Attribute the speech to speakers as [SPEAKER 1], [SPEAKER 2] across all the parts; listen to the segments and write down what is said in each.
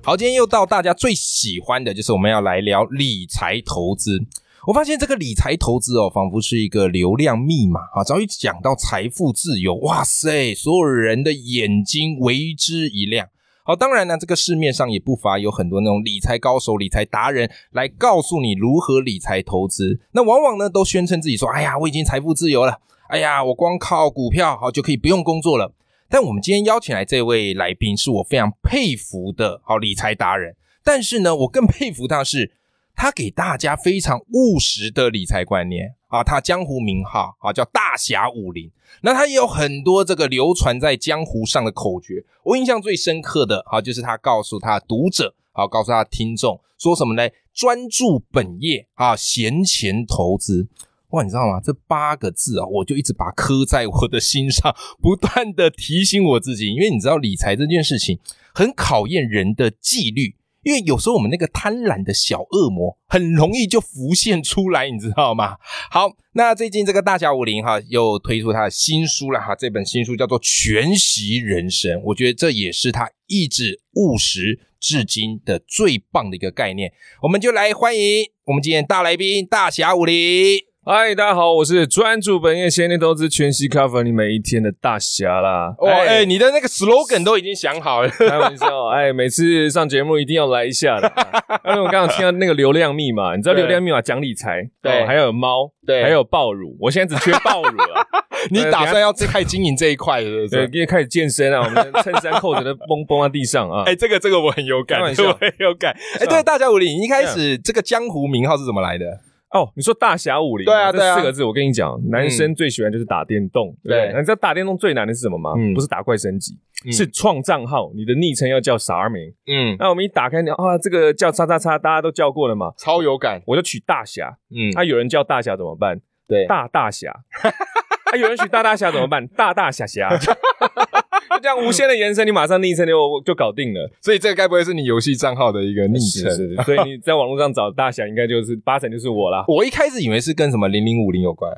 [SPEAKER 1] 好，今天又到大家最喜欢的，就是我们要来聊理财投资。我发现这个理财投资哦，仿佛是一个流量密码啊！只要一讲到财富自由，哇塞，所有人的眼睛为之一亮。好，当然呢，这个市面上也不乏有很多那种理财高手、理财达人来告诉你如何理财投资。那往往呢，都宣称自己说：“哎呀，我已经财富自由了，哎呀，我光靠股票好就可以不用工作了。”但我们今天邀请来这位来宾，是我非常佩服的好理财达人。但是呢，我更佩服他是他给大家非常务实的理财观念啊。他江湖名号啊叫大侠武林，那他也有很多这个流传在江湖上的口诀。我印象最深刻的啊，就是他告诉他读者，啊，告诉他听众说什么呢？专注本业啊，闲钱投资。哇，你知道吗？这八个字啊，我就一直把它刻在我的心上，不断的提醒我自己。因为你知道，理财这件事情很考验人的纪律，因为有时候我们那个贪婪的小恶魔，很容易就浮现出来，你知道吗？好，那最近这个大侠武林哈又推出他的新书了哈，这本新书叫做《全息人生》，我觉得这也是他一直务实至今的最棒的一个概念。我们就来欢迎我们今天大来宾大侠武林。
[SPEAKER 2] 嗨，大家好，我是专注本业、闲钱投资、全息 cover 你每一天的大侠啦。
[SPEAKER 1] 哇， 哎、你的那个 slogan 都已经想好了。
[SPEAKER 2] 开玩笑，哎，每次上节目一定要来一 下的。因为我刚刚听到那个流量密码，你知道
[SPEAKER 1] 对
[SPEAKER 2] 流量密码讲理财，
[SPEAKER 1] 对
[SPEAKER 2] 哦还有猫，
[SPEAKER 1] 对
[SPEAKER 2] 还有爆乳，我现在只缺爆 乳了。
[SPEAKER 1] 你打算要开经营这一块的，对不
[SPEAKER 2] 对，
[SPEAKER 1] 呃对？
[SPEAKER 2] 因为开始健身啊，我们衬衫扣着都崩崩到地上啊
[SPEAKER 1] 哎、。这个这个我很有感
[SPEAKER 2] 开，玩
[SPEAKER 1] 这个
[SPEAKER 2] 笑
[SPEAKER 1] 我很有感。 哎、对，大家武林，你一开始这个江湖名号是怎么来的？
[SPEAKER 2] 哦，你说大侠武林，
[SPEAKER 1] 对啊
[SPEAKER 2] 这
[SPEAKER 1] 对啊嗯
[SPEAKER 2] 四个字，我跟你讲，男生最喜欢就是打电动，
[SPEAKER 1] 对
[SPEAKER 2] 对不对。那你知道打电动最难的是什么吗
[SPEAKER 1] 嗯？
[SPEAKER 2] 不是打怪升级，
[SPEAKER 1] 嗯
[SPEAKER 2] 是创账号，你的昵称要叫啥名？
[SPEAKER 1] 嗯，
[SPEAKER 2] 那我们一打开，你啊，这个叫叉叉叉，大家都叫过了嘛，
[SPEAKER 1] 超有感。
[SPEAKER 2] 我就取大侠。
[SPEAKER 1] 嗯，
[SPEAKER 2] 啊，有人叫大侠怎么办？
[SPEAKER 1] 对，
[SPEAKER 2] 大大侠。啊，有人取大大侠怎么办？大大侠侠。 就这样无限的延伸，你马上昵称就就搞定 了。
[SPEAKER 1] 所以这个该不会是你游戏账号的一个昵
[SPEAKER 2] 是
[SPEAKER 1] 称？
[SPEAKER 2] 是是所以你在网络上找大侠，应该就是八成就是我啦。
[SPEAKER 1] 我一开始以为是跟什么零零五零有关。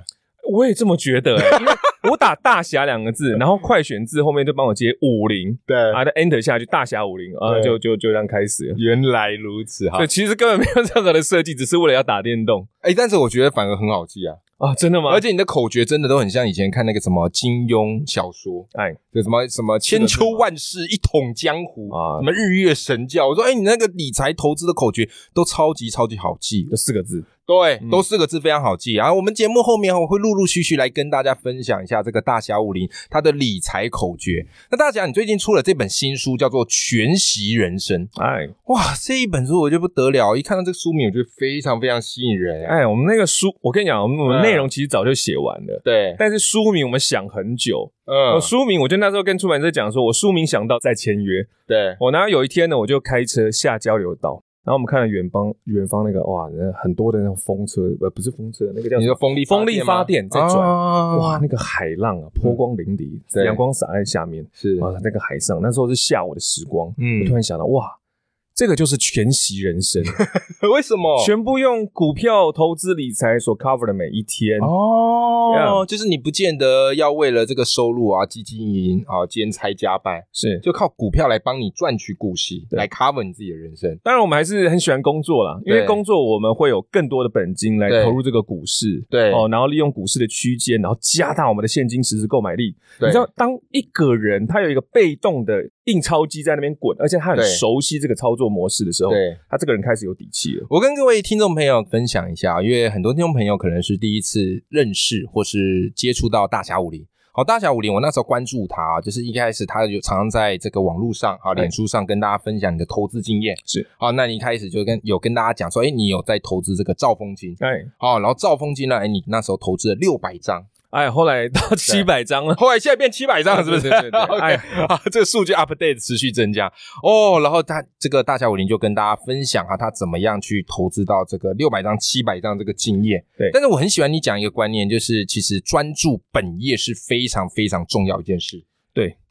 [SPEAKER 2] 我也这么觉得、欸，因为我打大侠两个字，然 后快选字后面就帮我接五零
[SPEAKER 1] 对，
[SPEAKER 2] 啊，再 enter 下去大侠五零啊，
[SPEAKER 1] 对
[SPEAKER 2] 就就就这样开始了。
[SPEAKER 1] 原来如此哈
[SPEAKER 2] 对，。其实根本没有任何的设计，只是为了要打电动
[SPEAKER 1] 哎、但是我觉得反而很好记啊，
[SPEAKER 2] 啊，真的吗？
[SPEAKER 1] 而且你的口诀真的都很像以前看那个什么金庸小说。
[SPEAKER 2] 哎，
[SPEAKER 1] 就什么什么千秋万世一统江湖啊，
[SPEAKER 2] 啊
[SPEAKER 1] 什么日月神教。我说，哎、你那个理财投资的口诀都超级超级好记，
[SPEAKER 2] 就四个字。
[SPEAKER 1] 对，
[SPEAKER 2] 嗯
[SPEAKER 1] 都四个字非常好记。然后我们节目后面我会陆陆续续来跟大家分享一下这个大侠武林他的理财口诀。那大侠，你最近出了这本新书，叫做《全息人生》。
[SPEAKER 2] 哎
[SPEAKER 1] 哇，这一本书我就不得了，一看到这个书名，我觉得非常非常吸引人、哎，
[SPEAKER 2] 哎，我们那个书，我跟你讲，我们我
[SPEAKER 1] 嗯
[SPEAKER 2] 们内容其实早就写完了。
[SPEAKER 1] 对，
[SPEAKER 2] 但是书名我们想很久，我
[SPEAKER 1] 嗯，
[SPEAKER 2] 书名我就那时候跟出版社讲说，我书名想到再签约。
[SPEAKER 1] 对，
[SPEAKER 2] 我哦然后有一天呢，我就开车下交流道，然后我们看了远方远方那个哇，那很多的那种风车，呃，不是风车，那个叫
[SPEAKER 1] 你
[SPEAKER 2] 什
[SPEAKER 1] 说
[SPEAKER 2] 么
[SPEAKER 1] 风力
[SPEAKER 2] 风力发电在转，
[SPEAKER 1] 啊
[SPEAKER 2] 哇，，那个海浪啊，波光粼
[SPEAKER 1] 嗯对
[SPEAKER 2] 粼，阳光洒在下面
[SPEAKER 1] 是，
[SPEAKER 2] 啊，那个海上，那时候是下午的时光，
[SPEAKER 1] 嗯
[SPEAKER 2] 我突然想到，哇，这个就是全息人 生。
[SPEAKER 1] 哦为什么？
[SPEAKER 2] 全部用股票投资理财所 cover 的每一天。
[SPEAKER 1] 哦
[SPEAKER 2] Yeah
[SPEAKER 1] 就是你不见得要为了这个收入啊、基金营啊、兼差加班，
[SPEAKER 2] 是，
[SPEAKER 1] 就靠股票来帮你赚取股息，
[SPEAKER 2] 对
[SPEAKER 1] 来 cover 你自己的人生。
[SPEAKER 2] 当然我们还是很喜欢工作啦，因
[SPEAKER 1] 对
[SPEAKER 2] 为工作我们会有更多的本金来
[SPEAKER 1] 对
[SPEAKER 2] 投入这个股市。
[SPEAKER 1] 对
[SPEAKER 2] 哦，然后利用股市的区间，然后加大我们的现金实时购买力。你
[SPEAKER 1] 对
[SPEAKER 2] 知道，当一个人他有一个被动的印钞机在那边滚，而且他很
[SPEAKER 1] 对
[SPEAKER 2] 熟悉这个操作模式的时候，
[SPEAKER 1] 对，
[SPEAKER 2] 他这个人开始有底气了。
[SPEAKER 1] 我跟各位听众朋友分享一下，因为很多听众朋友可能是第一次认识或是接触到大侠武林。好，大侠武林，我那时候关注他啊，就是一开始他就常常在这个网络上啊、脸书上跟大家分享你的投资经验。
[SPEAKER 2] 是，
[SPEAKER 1] 好，那你一开始就跟有跟大家讲说，哎，你有在投资这个兆丰金，
[SPEAKER 2] 哎
[SPEAKER 1] 好，然后兆丰金呢，哎，你那时候投资了六百张，
[SPEAKER 2] 哎，后来到七百张了，
[SPEAKER 1] 后来现在变七百张了，是不是？
[SPEAKER 2] 对对对 对
[SPEAKER 1] OK，
[SPEAKER 2] 哎
[SPEAKER 1] 啊，这个数据 update 持续增加哦。然后他这个大侠武林就跟大家分享啊，他怎么样去投资到这个六百张、七百张这个经验。
[SPEAKER 2] 对
[SPEAKER 1] 但是我很喜欢你讲一个观念，就是其实专注本业是非常非常重要一件事。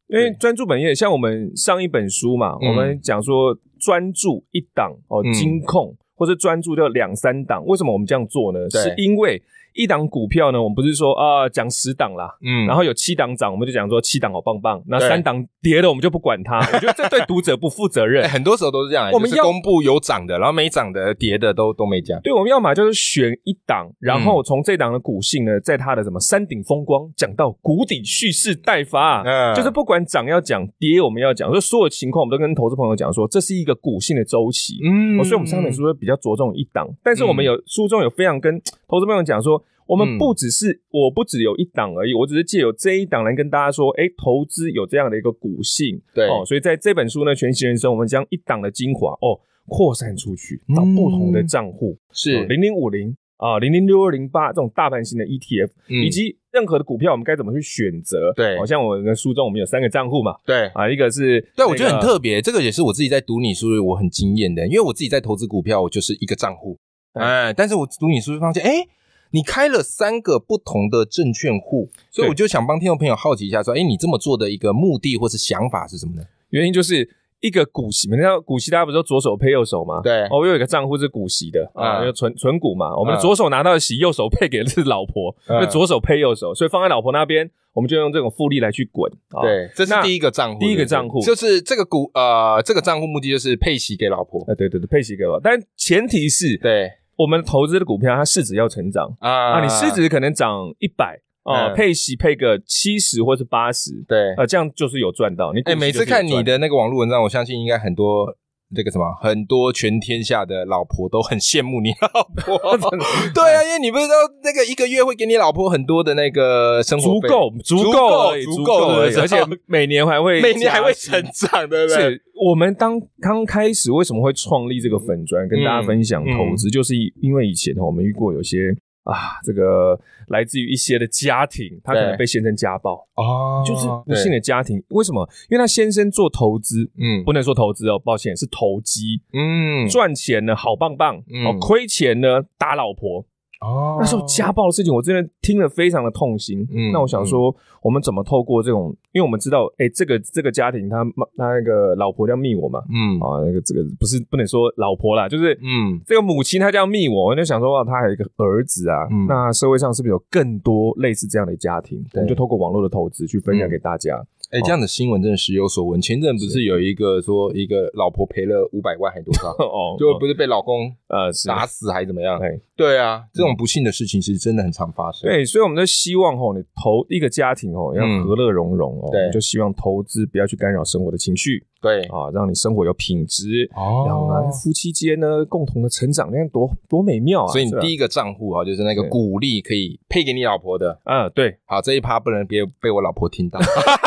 [SPEAKER 2] 因为专注本业，像我们上一本书嘛，
[SPEAKER 1] 嗯
[SPEAKER 2] 我们讲说专注一档哦
[SPEAKER 1] 嗯，
[SPEAKER 2] 金控、或者专注掉两三档，为什么我们这样做呢？
[SPEAKER 1] 对
[SPEAKER 2] 是因为一档股票呢，我们不是说啊、讲十档啦。
[SPEAKER 1] 嗯
[SPEAKER 2] 然后有七档涨，我们就讲说七档好棒棒。那
[SPEAKER 1] 对
[SPEAKER 2] 三档跌了，我们就不管它。我觉得这对读者不负责任
[SPEAKER 1] 哎。很多时候都是这样，
[SPEAKER 2] 我们
[SPEAKER 1] 就是
[SPEAKER 2] 要
[SPEAKER 1] 公布有涨的，然后没涨的、跌的都都没讲。
[SPEAKER 2] 对，我们要么就是选一档，然
[SPEAKER 1] 嗯
[SPEAKER 2] 后从这档的股性呢，在它的什么山顶风光讲到谷底蓄势待发，
[SPEAKER 1] 嗯
[SPEAKER 2] 就是不管涨要讲，跌我们要讲，就所有情况我们都跟投资朋友讲说，这是一个股性的周期。
[SPEAKER 1] 嗯
[SPEAKER 2] 哦所以我们上本书会比较着重一档，但是我们有、书中有非常跟投资朋友讲说，
[SPEAKER 1] 嗯
[SPEAKER 2] 我们不只是、我不只有一档而已，我只是借由这一档来跟大家说，哎，投资有这样的一个股性，
[SPEAKER 1] 对
[SPEAKER 2] 哦，所以在这本书呢，《全息人生》，我们将一档的精华哦扩散出去到不
[SPEAKER 1] 嗯
[SPEAKER 2] 同的账户，
[SPEAKER 1] 是
[SPEAKER 2] 哦零零五零啊，零零六二零八这种大盘型的 ETF，、
[SPEAKER 1] 嗯
[SPEAKER 2] 以及任何的股票我们该怎么去选择，
[SPEAKER 1] 对
[SPEAKER 2] 好、像我们的书中我们有三个账户嘛，
[SPEAKER 1] 对。
[SPEAKER 2] 啊，一个是
[SPEAKER 1] 对，我觉得很
[SPEAKER 2] 那个
[SPEAKER 1] 特别，这个也是我自己在读你书，我很惊艳的，因为我自己在投资股票，我就是一个账户，
[SPEAKER 2] 嗯
[SPEAKER 1] 哎，但是我读你书就发现，哎，你开了三个不同的证券户，所以
[SPEAKER 2] 对
[SPEAKER 1] 我就想帮听众朋友好奇一下，说，哎，你这么做的一个目的或是想法是什么呢？
[SPEAKER 2] 原因就是一个股息，你知道股息大家不是说左手配右手吗？
[SPEAKER 1] 对
[SPEAKER 2] 哦，我有一个账户是股息的啊，
[SPEAKER 1] 嗯
[SPEAKER 2] 就存存股嘛。我们
[SPEAKER 1] 嗯
[SPEAKER 2] 的左手拿到的息，右手配给的是老婆，
[SPEAKER 1] 嗯
[SPEAKER 2] 那左手配右手，所以放在老婆那边，我们就用这种复利来去滚啊。，
[SPEAKER 1] 对，哦这是
[SPEAKER 2] 那
[SPEAKER 1] 第一个账户，
[SPEAKER 2] 第一个
[SPEAKER 1] 对不对
[SPEAKER 2] 账户
[SPEAKER 1] 就是这个股，呃，这个账户目的就是配息给老婆，
[SPEAKER 2] 啊，对对对，配息给我，但前提是
[SPEAKER 1] 对
[SPEAKER 2] 我们投资的股票它市值要成长
[SPEAKER 1] 啊
[SPEAKER 2] 啊，你市值可能涨一百哦
[SPEAKER 1] 嗯，
[SPEAKER 2] 配息配个七十或是八十。
[SPEAKER 1] 对，
[SPEAKER 2] 啊，这样就是有赚到。你股
[SPEAKER 1] 哎、
[SPEAKER 2] 息
[SPEAKER 1] 每
[SPEAKER 2] 就是
[SPEAKER 1] 次
[SPEAKER 2] 有
[SPEAKER 1] 看你
[SPEAKER 2] 赚
[SPEAKER 1] 的那个网络文章，我相信应该很多这个什么，很多全天下的老婆都很羡慕你 老 婆。 对啊，因为你不是说那个一个月会给你老婆很多的那个生活
[SPEAKER 2] 足
[SPEAKER 1] 费，
[SPEAKER 2] 够
[SPEAKER 1] 足够
[SPEAKER 2] 足够而已
[SPEAKER 1] 足
[SPEAKER 2] 足
[SPEAKER 1] 够
[SPEAKER 2] 够而已，
[SPEAKER 1] 是不
[SPEAKER 2] 而
[SPEAKER 1] 是
[SPEAKER 2] 且每年还 会
[SPEAKER 1] 每年还会
[SPEAKER 2] 加息
[SPEAKER 1] 成长，对不对？
[SPEAKER 2] 是我们当刚开始为什么会创立这个粉砖，跟
[SPEAKER 1] 嗯
[SPEAKER 2] 大家分享投资，就是因为以前哦我们遇过有些啊，这个来自于一些的家庭，他可能
[SPEAKER 1] 对
[SPEAKER 2] 被先生家暴，
[SPEAKER 1] 哦
[SPEAKER 2] 就是不幸的家庭。为什么？因为他先生做投资，
[SPEAKER 1] 嗯
[SPEAKER 2] 不能说投资哦，抱歉，是投机，
[SPEAKER 1] 嗯
[SPEAKER 2] 赚钱呢好棒棒，
[SPEAKER 1] 嗯
[SPEAKER 2] 哦亏钱呢打老婆。
[SPEAKER 1] 哦
[SPEAKER 2] 那时候家暴的事情，我真的听了非常的痛心。
[SPEAKER 1] 嗯
[SPEAKER 2] 那我想说，我们怎么透过这种，因为我们知道，哎、这个这个家庭他妈他那个老婆叫密我嘛，
[SPEAKER 1] 嗯
[SPEAKER 2] 啊，那个这个不是不能说老婆啦，就是
[SPEAKER 1] 嗯
[SPEAKER 2] 这个母亲她叫密我，我就想说，哇，她还有一个儿子啊，
[SPEAKER 1] 嗯
[SPEAKER 2] 那社会上是不是有更多类似这样的家庭？
[SPEAKER 1] 对
[SPEAKER 2] 我们就透过网络的投资去分享给大家。，
[SPEAKER 1] 哎、这样的新闻真的时有所闻。前阵不是有一个说一个老婆赔了五百万还多少
[SPEAKER 2] 哦，
[SPEAKER 1] 就不是被老公
[SPEAKER 2] 呃是
[SPEAKER 1] 打死还怎么样？
[SPEAKER 2] 对嗯
[SPEAKER 1] 对啊，这种不幸的事情是真的很常发生。
[SPEAKER 2] 对，所以我们就希望吼，你投一个家庭吼要
[SPEAKER 1] 嗯
[SPEAKER 2] 和乐融融哦，
[SPEAKER 1] 对
[SPEAKER 2] 我们就希望投资不要去干扰生活的情绪
[SPEAKER 1] 对
[SPEAKER 2] 啊，让你生活有品质。
[SPEAKER 1] 哦
[SPEAKER 2] 然后呢，夫妻间呢共同的成长，那样哎多多美妙啊！
[SPEAKER 1] 所以你
[SPEAKER 2] 是吧
[SPEAKER 1] 第一个账户啊，就是那个
[SPEAKER 2] 对
[SPEAKER 1] 鼓励可以配给你老婆的。
[SPEAKER 2] 啊，对，
[SPEAKER 1] 好，这一趴不能别被我老婆听到，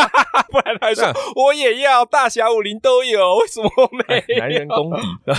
[SPEAKER 2] 不然他
[SPEAKER 1] 说我也要大侠武林都有，为什么
[SPEAKER 2] 哎
[SPEAKER 1] 没有
[SPEAKER 2] 男人公 敌，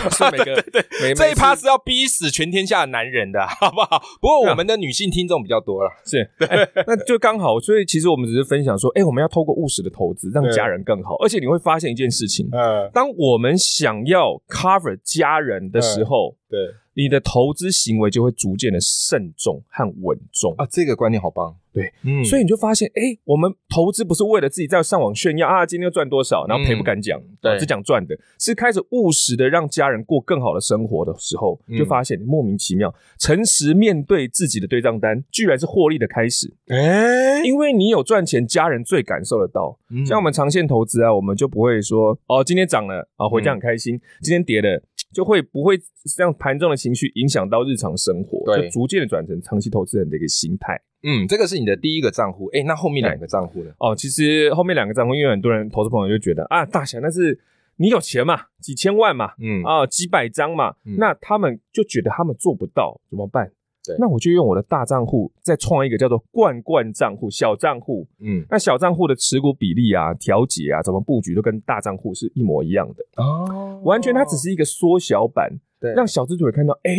[SPEAKER 2] 是每个
[SPEAKER 1] 对
[SPEAKER 2] 每
[SPEAKER 1] 这一趴
[SPEAKER 2] 次
[SPEAKER 1] 是要逼死全天下的男人的，好不好？不
[SPEAKER 2] 啊
[SPEAKER 1] 过我们的女性听众比较多了，
[SPEAKER 2] 是，哎那就刚好。所以其实我们只是分享说，哎，我们要透过务实的投资，让
[SPEAKER 1] 对
[SPEAKER 2] 家人更好。而且你会发现一件事情，
[SPEAKER 1] 嗯，
[SPEAKER 2] 当我们想要 cover 家人的时候，
[SPEAKER 1] 对
[SPEAKER 2] 你的投资行为就会逐渐的慎重和稳重。
[SPEAKER 1] 啊，这个观念好棒，
[SPEAKER 2] 对，
[SPEAKER 1] 嗯
[SPEAKER 2] 所以你就发现，哎，我们投资不是为了自己在上网炫耀啊，今天又赚多少，然后赔不敢讲，
[SPEAKER 1] 嗯对
[SPEAKER 2] 啊只讲赚的，是开始务实的让家人过更好的生活的时候，
[SPEAKER 1] 嗯
[SPEAKER 2] 就发现你莫名其妙，诚实面对自己的对账单，居然是获利的开始，
[SPEAKER 1] 哎，
[SPEAKER 2] 因为你有赚钱，家人最感受得到。
[SPEAKER 1] 嗯
[SPEAKER 2] 像我们长线投资啊，我们就不会说哦，今天涨了啊，回
[SPEAKER 1] 嗯
[SPEAKER 2] 家很开心；今天跌了，就会不会让盘中的情绪影响到日常生活，
[SPEAKER 1] 对
[SPEAKER 2] 就逐渐的转成长期投资人的一个心态。
[SPEAKER 1] 嗯，这个是你的第一个账户，哎，那后面两个账户呢？
[SPEAKER 2] 哦，其实后面两个账户，因为很多人投资朋友就觉得啊，大侠那是你有钱嘛，几千万嘛，
[SPEAKER 1] 嗯
[SPEAKER 2] 啊、几百张嘛，
[SPEAKER 1] 嗯
[SPEAKER 2] 那他们就觉得他们做不到，怎么办？
[SPEAKER 1] 对
[SPEAKER 2] 那我就用我的大账户再创一个叫做罐罐账户、小账户。
[SPEAKER 1] 嗯
[SPEAKER 2] 那小账户的持股比例啊、调节啊、怎么布局，都跟大账户是一模一样的，
[SPEAKER 1] 哦
[SPEAKER 2] 完全它只是一个缩小版，
[SPEAKER 1] 对
[SPEAKER 2] 让小资主也看到，哎、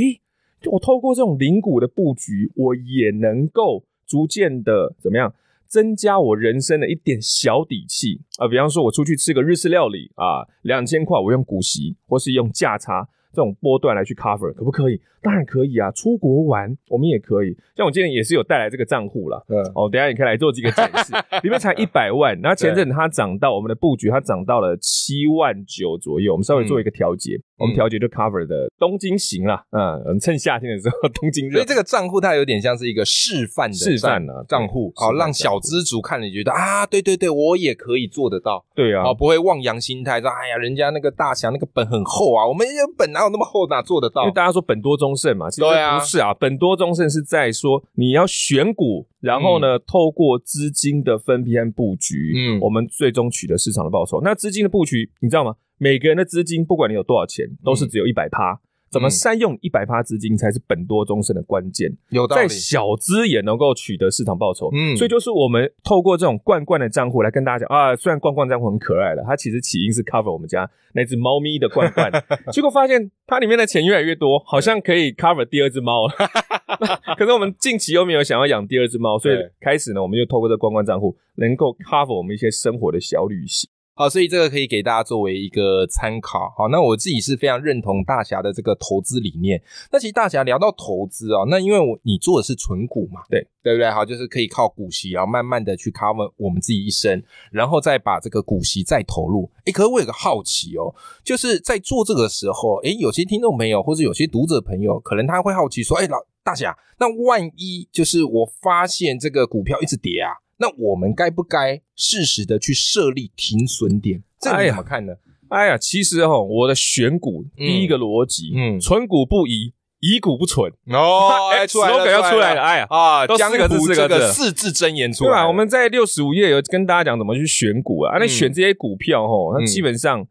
[SPEAKER 2] 我透过这种零股的布局，我也能够逐渐的怎么样增加我人生的一点小底气啊、比方说，我出去吃个日式料理啊，两千块我用股息或是用价差这种波段来去 cover，可不可以？当然可以啊，出国玩我们也可以。像我今天也是有带来这个账户啦。
[SPEAKER 1] 嗯，
[SPEAKER 2] 哦，等一下你可以来做这个解释， 里面才一百万，然后前阵子它涨到我们的布局，它涨到了七万九左右，我们稍微做一个调节，
[SPEAKER 1] 嗯
[SPEAKER 2] 我们调节就 cover 的东京行啦，嗯，我们趁夏天的时候 东京
[SPEAKER 1] 所
[SPEAKER 2] 热
[SPEAKER 1] 以，这个账户它有点像是一个示范的
[SPEAKER 2] 示范
[SPEAKER 1] 账
[SPEAKER 2] 啊
[SPEAKER 1] 账户，好
[SPEAKER 2] 示范
[SPEAKER 1] 让
[SPEAKER 2] 账
[SPEAKER 1] 小
[SPEAKER 2] 户
[SPEAKER 1] 资族看了觉得啊，对对对，我也可以做得到，
[SPEAKER 2] 对啊
[SPEAKER 1] 啊，，不会望洋心态，说哎呀，人家那个大侠那个本很厚啊，我们这本哪有那么厚，哪做得
[SPEAKER 2] 因
[SPEAKER 1] 到
[SPEAKER 2] 为？大家说本多忠胜嘛，其实
[SPEAKER 1] 对啊
[SPEAKER 2] 不是啊，本多忠胜是在说你要选股，然后呢，透过资金的分批和布局，
[SPEAKER 1] 嗯
[SPEAKER 2] 嗯，我们最终取得市场的报酬。那资金的布局，你知道吗？每个人的资金，不管你有多少钱，都
[SPEAKER 1] 嗯
[SPEAKER 2] 是只有一百趴。怎么善用一百趴资金才是本多终身的关键，
[SPEAKER 1] 有道
[SPEAKER 2] 在
[SPEAKER 1] 理，
[SPEAKER 2] 小资也能够取得市场报酬。
[SPEAKER 1] 嗯
[SPEAKER 2] 嗯，所以就是我们透过这种罐罐的账户来跟大家讲啊，虽然罐罐账户很可爱的，它其实起因是 cover 我们家那只猫咪的罐罐，结果发现它里面的钱越来越多，好像可以 cover 第二只猫了。可是我们近期又没有想要养第二只猫，所以
[SPEAKER 1] 对
[SPEAKER 2] 开始呢，我们就透过这罐罐账户，能够 cover 我们一些生活的小旅行。
[SPEAKER 1] 好，所以这个可以给大家作为一个参考。好，那我自己是非常认同大侠的这个投资理念。那其实大侠聊到投资哦，那因为我你做的是纯股嘛，
[SPEAKER 2] 对
[SPEAKER 1] 对不对？好，就是可以靠股息，然后慢慢的去 cover 我们自己一生，然后再把这个股息再投入。诶，可是我有个好奇哦，就是在做这个时候，诶，有些听众朋友或者有些读者朋友，可能他会好奇说，诶，老大侠，那万一就是我发现这个股票一直跌啊，那我们该不该适时的去设立停损点？这
[SPEAKER 2] 哎
[SPEAKER 1] 你
[SPEAKER 2] 呀
[SPEAKER 1] 怎么看呢？
[SPEAKER 2] 哎呀，其实哦，我的选股
[SPEAKER 1] 嗯
[SPEAKER 2] 第一个逻辑，
[SPEAKER 1] 嗯
[SPEAKER 2] 嗯，存股不疑，疑股不存。
[SPEAKER 1] 哦
[SPEAKER 2] 哎 slogan 要出来了，哎呀，
[SPEAKER 1] 啊！
[SPEAKER 2] 都
[SPEAKER 1] 江
[SPEAKER 2] 四个字
[SPEAKER 1] 湖
[SPEAKER 2] 四
[SPEAKER 1] 这
[SPEAKER 2] 个
[SPEAKER 1] 个
[SPEAKER 2] 字
[SPEAKER 1] 四字真言出
[SPEAKER 2] 对
[SPEAKER 1] 来
[SPEAKER 2] 吧？
[SPEAKER 1] 了，
[SPEAKER 2] 我们在六十五页有跟大家讲怎么去选股啊，啊那
[SPEAKER 1] 嗯
[SPEAKER 2] 选这些股票吼，
[SPEAKER 1] 嗯
[SPEAKER 2] 它基本上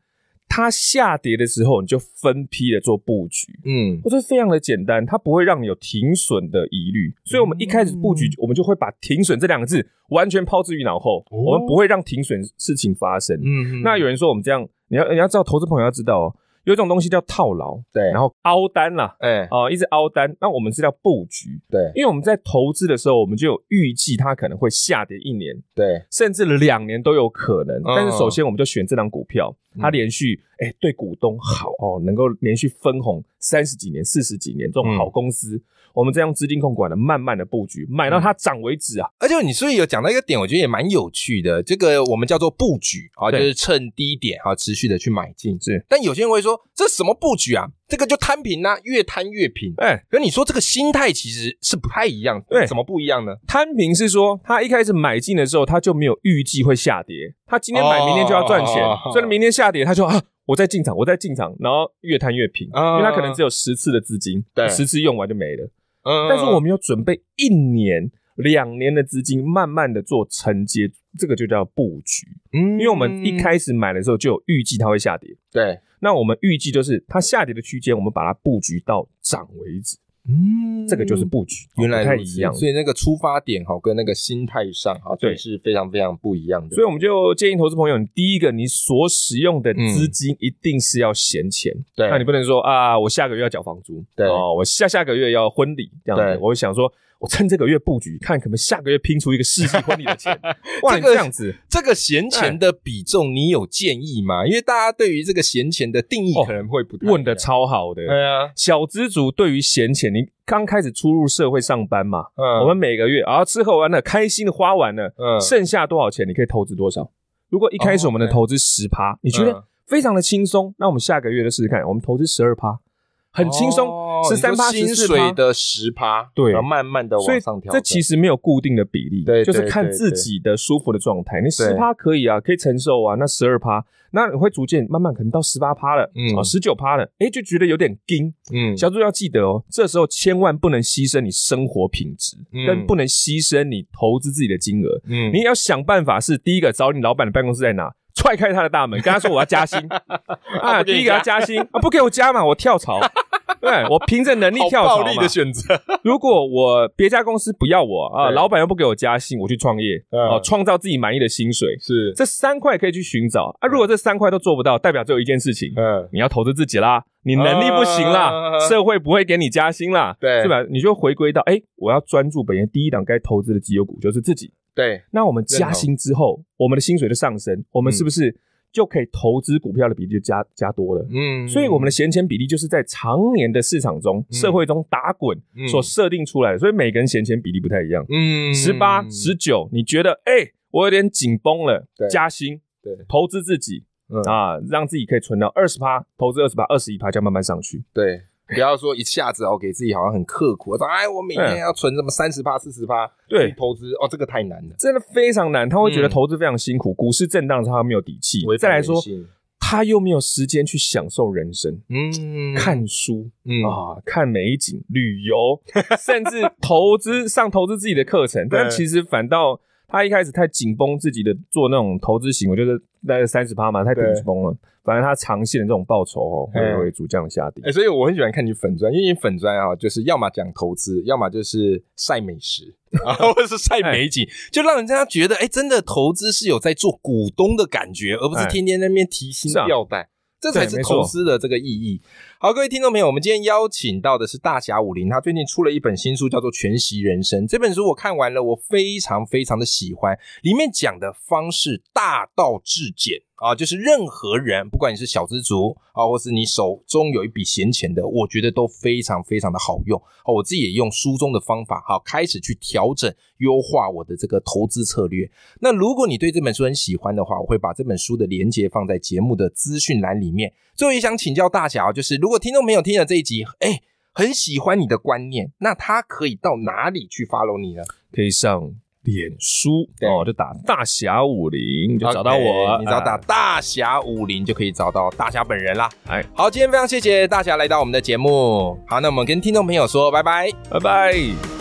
[SPEAKER 2] 它下跌的时候，你就分批的做布局。
[SPEAKER 1] 嗯
[SPEAKER 2] 我觉得非常的简单，它不会让你有停损的疑虑，所以我们一开始布
[SPEAKER 1] 嗯
[SPEAKER 2] 局，我们就会把停损这两个字完全抛之于脑后，
[SPEAKER 1] 哦
[SPEAKER 2] 我们不会让停损事情发生。
[SPEAKER 1] 嗯
[SPEAKER 2] 那有人说我们这样，你要你要知道，投资朋友要知道哦，有一种东西叫套牢，
[SPEAKER 1] 对，
[SPEAKER 2] 然后凹单啦，
[SPEAKER 1] 哎
[SPEAKER 2] 啊、一直凹单，那我们是叫布局，
[SPEAKER 1] 对
[SPEAKER 2] 因为我们在投资的时候，我们就有预计它可能会下跌一年，
[SPEAKER 1] 对，
[SPEAKER 2] 甚至两年都有可能。
[SPEAKER 1] 嗯
[SPEAKER 2] 但是首先，我们就选这档股票，它连续哎、对股东好哦，能够连续分红三十几年、四十几年这种好公司，我们再用资金控管的慢慢的布局，买到它涨为止啊。
[SPEAKER 1] 而且你所以有讲到一个点，我觉得也蛮有趣的，这个我们叫做布局啊，就
[SPEAKER 2] 对
[SPEAKER 1] 是趁低点啊持续的去买进。
[SPEAKER 2] 是，
[SPEAKER 1] 但有些人会说这什么布局啊？这个就摊平啦、越摊越平。
[SPEAKER 2] 哎、
[SPEAKER 1] 可你说这个心态其实是不太一样，
[SPEAKER 2] 对
[SPEAKER 1] 怎么不一样呢？
[SPEAKER 2] 摊平是说，他一开始买进的时候，他就没有预计会下跌，他今天买，明天就要赚钱
[SPEAKER 1] 哦，嗯
[SPEAKER 2] 所以明天下跌，他就啊，我再进场，我再进场，然后越摊越平，
[SPEAKER 1] 啊
[SPEAKER 2] 因为他可能只有十次的资金，
[SPEAKER 1] 对
[SPEAKER 2] 十次用完就没了。
[SPEAKER 1] 嗯
[SPEAKER 2] 但是我们有准备一年、两年的资金，慢慢的做承接，这个就叫布局，
[SPEAKER 1] 因
[SPEAKER 2] 因为我们一开始买的时候就有预计它会下跌，
[SPEAKER 1] 对，
[SPEAKER 2] 那我们预计就是它下跌的区间，我们把它布局到涨为止，
[SPEAKER 1] 嗯
[SPEAKER 2] 这个就是布局，
[SPEAKER 1] 原来
[SPEAKER 2] 不太
[SPEAKER 1] 如
[SPEAKER 2] 一
[SPEAKER 1] 此
[SPEAKER 2] 样。
[SPEAKER 1] 所以那个出发点哈跟那个心态上哈，
[SPEAKER 2] 对
[SPEAKER 1] 对是非常非常不一样的。
[SPEAKER 2] 所以我们就建议投资朋友，你第一个你所使用的资金一定是要闲钱，
[SPEAKER 1] 嗯对
[SPEAKER 2] 那你不能说啊，我下个月要缴房租，
[SPEAKER 1] 对
[SPEAKER 2] 哦，我下下个月要婚礼这样
[SPEAKER 1] 对
[SPEAKER 2] 子，我想说。我趁这个月布局，看可不可以下个月拼出一个世纪婚礼的 钱。哇，
[SPEAKER 1] 这
[SPEAKER 2] 你
[SPEAKER 1] 个
[SPEAKER 2] 这样子，
[SPEAKER 1] 这个闲钱的比重，你有建议吗？因为大家对于这个闲钱的定义
[SPEAKER 2] 哦
[SPEAKER 1] 可能会不太一样
[SPEAKER 2] 问的超好的。
[SPEAKER 1] 对啊，
[SPEAKER 2] 小资族对于闲钱，你刚开始出入社会上班嘛，
[SPEAKER 1] 嗯
[SPEAKER 2] 我们每个月啊吃喝玩乐，开心的花完了，
[SPEAKER 1] 嗯
[SPEAKER 2] 剩下多少钱你可以投资多少？如果一开始我们
[SPEAKER 1] 哦
[SPEAKER 2] 的
[SPEAKER 1] ，OK
[SPEAKER 2] 投资十趴，你觉
[SPEAKER 1] 嗯
[SPEAKER 2] 得非常的轻松，那我们下个月就试试看，我们投资十二趴，很轻松，十三趴、
[SPEAKER 1] 哦你
[SPEAKER 2] 十
[SPEAKER 1] 说
[SPEAKER 2] 四
[SPEAKER 1] 薪水
[SPEAKER 2] 趴。
[SPEAKER 1] 的十趴，
[SPEAKER 2] 对
[SPEAKER 1] 然后慢慢的
[SPEAKER 2] 所以
[SPEAKER 1] 往上调
[SPEAKER 2] 这
[SPEAKER 1] 整。
[SPEAKER 2] 其实没有固定的比例，
[SPEAKER 1] 对对
[SPEAKER 2] 就是看
[SPEAKER 1] 对
[SPEAKER 2] 自
[SPEAKER 1] 对
[SPEAKER 2] 己的舒服的状态。你
[SPEAKER 1] 对
[SPEAKER 2] 十趴可以啊，可以承受啊，那十二趴，那你会逐渐慢慢可能到十八趴了，
[SPEAKER 1] 嗯
[SPEAKER 2] 啊十九趴了，哎，就觉得有点惊，
[SPEAKER 1] 嗯
[SPEAKER 2] 小猪要记得哦，这时候千万不能牺牲你生活品质，
[SPEAKER 1] 嗯
[SPEAKER 2] 跟不能牺牲你投资自己的金额。
[SPEAKER 1] 嗯
[SPEAKER 2] 你要想办法是第一个找你老板的办公室在哪，踹开他的大门，跟他说我 要加薪啊，
[SPEAKER 1] 不给
[SPEAKER 2] 第
[SPEAKER 1] 你
[SPEAKER 2] 一个
[SPEAKER 1] 加
[SPEAKER 2] 要加薪啊，不给我加嘛，我跳 槽。对，我凭着能力
[SPEAKER 1] 好
[SPEAKER 2] 跳
[SPEAKER 1] 暴
[SPEAKER 2] 槽
[SPEAKER 1] 力
[SPEAKER 2] 嘛
[SPEAKER 1] 的。选择，
[SPEAKER 2] 如果我别家公司不要我啊，
[SPEAKER 1] 对
[SPEAKER 2] 老板又不给我加薪，我去创业
[SPEAKER 1] 嗯
[SPEAKER 2] 啊，创造自己满意的薪水。
[SPEAKER 1] 是
[SPEAKER 2] 这三块可以去寻找啊。如果这三块都做不到，代表只有一件事情，
[SPEAKER 1] 嗯
[SPEAKER 2] 你要投资自己啦。你能力不行啦，
[SPEAKER 1] 啊
[SPEAKER 2] 社会不会给你加薪啦，
[SPEAKER 1] 对
[SPEAKER 2] 是吧？你就回归到，哎、我要专注本业，第一档该投资的绩优股就是自己。
[SPEAKER 1] 对，
[SPEAKER 2] 那我们加薪之后，我们的薪水就上升，我们是不是就可以投资股票的比例就加加多了？
[SPEAKER 1] 嗯
[SPEAKER 2] 所以我们的闲钱比例就是在常年的市场中、
[SPEAKER 1] 嗯
[SPEAKER 2] 社会中打滚
[SPEAKER 1] 嗯
[SPEAKER 2] 所设定出来的，所以每个人闲钱比例不太一样。
[SPEAKER 1] 嗯
[SPEAKER 2] 十八、十九，你觉得哎、我有点紧绷了
[SPEAKER 1] 对，
[SPEAKER 2] 加薪，
[SPEAKER 1] 对
[SPEAKER 2] 投资自己
[SPEAKER 1] 嗯
[SPEAKER 2] 啊，让自己可以存到二十趴，投资二十趴、二十一趴，这样慢慢上去。
[SPEAKER 1] 对。不要说一下子哦，给自己好像很刻苦，说哎，我每天
[SPEAKER 2] 嗯
[SPEAKER 1] 要存什么三十趴、四十趴
[SPEAKER 2] 对
[SPEAKER 1] 去投资哦，这个太难了。
[SPEAKER 2] 真的非常难，他会觉得
[SPEAKER 1] 嗯
[SPEAKER 2] 投资非常辛苦，股市震荡他没有底气
[SPEAKER 1] 违。
[SPEAKER 2] 再
[SPEAKER 1] 反
[SPEAKER 2] 来
[SPEAKER 1] 人
[SPEAKER 2] 说
[SPEAKER 1] 性，
[SPEAKER 2] 他又没有时间去享受人生，
[SPEAKER 1] 嗯
[SPEAKER 2] 看书
[SPEAKER 1] 嗯
[SPEAKER 2] 啊，看美景、旅 游，甚至投资上投资自己的课程。
[SPEAKER 1] 对
[SPEAKER 2] 但其实反倒他一开始太紧绷自己的做那种投资型，我觉得大概三十趴嘛，太紧
[SPEAKER 1] 对
[SPEAKER 2] 绷了。反正他长线的这种报酬哦，会
[SPEAKER 1] 嗯
[SPEAKER 2] 会逐降下跌
[SPEAKER 1] 哎、。所以我很喜欢看你粉砖，因为你粉砖啊，就是要么讲投资，要么就是晒美 食，啊，或者是晒
[SPEAKER 2] 哎
[SPEAKER 1] 美景，就让人家觉得，哎、真的投资是有在做股东的感觉，而不是
[SPEAKER 2] 哎
[SPEAKER 1] 天天在那边提心
[SPEAKER 2] 是啊
[SPEAKER 1] 吊胆。这才
[SPEAKER 2] 对
[SPEAKER 1] 是
[SPEAKER 2] 没
[SPEAKER 1] 投
[SPEAKER 2] 错
[SPEAKER 1] 资的这个意义。好，各位听众朋友，我们今天邀请到的是大侠武林，他最近出了一本新书，叫做《全息人生》。这本书我看完了，我非常非常的喜欢，里面讲的方式大道至简啊，就是任何人，不管你是小资族啊，或是你手中有一笔闲钱的，我觉得都非常非常的好用。哦，我自己也用书中的方法，好开始去调整、优化我的这个投资策略。那如果你对这本书很喜欢的话，我会把这本书的连接放在节目的资讯栏里面。最后也想请教大侠哦，就是如果听众朋友听了这一集，哎，很喜欢你的观念，那他可以到哪里去 follow 你呢？
[SPEAKER 2] 可以上脸书
[SPEAKER 1] 对
[SPEAKER 2] 哦，就打大侠武林，你就找到
[SPEAKER 1] OK，
[SPEAKER 2] 我，
[SPEAKER 1] 哎你只要打
[SPEAKER 2] 啊
[SPEAKER 1] 大侠武林就可以找到大侠本人啦。
[SPEAKER 2] 哎，
[SPEAKER 1] 好，今天非常谢谢大侠来到我们的节目。好，那我们跟听众朋友说拜拜。
[SPEAKER 2] 拜拜。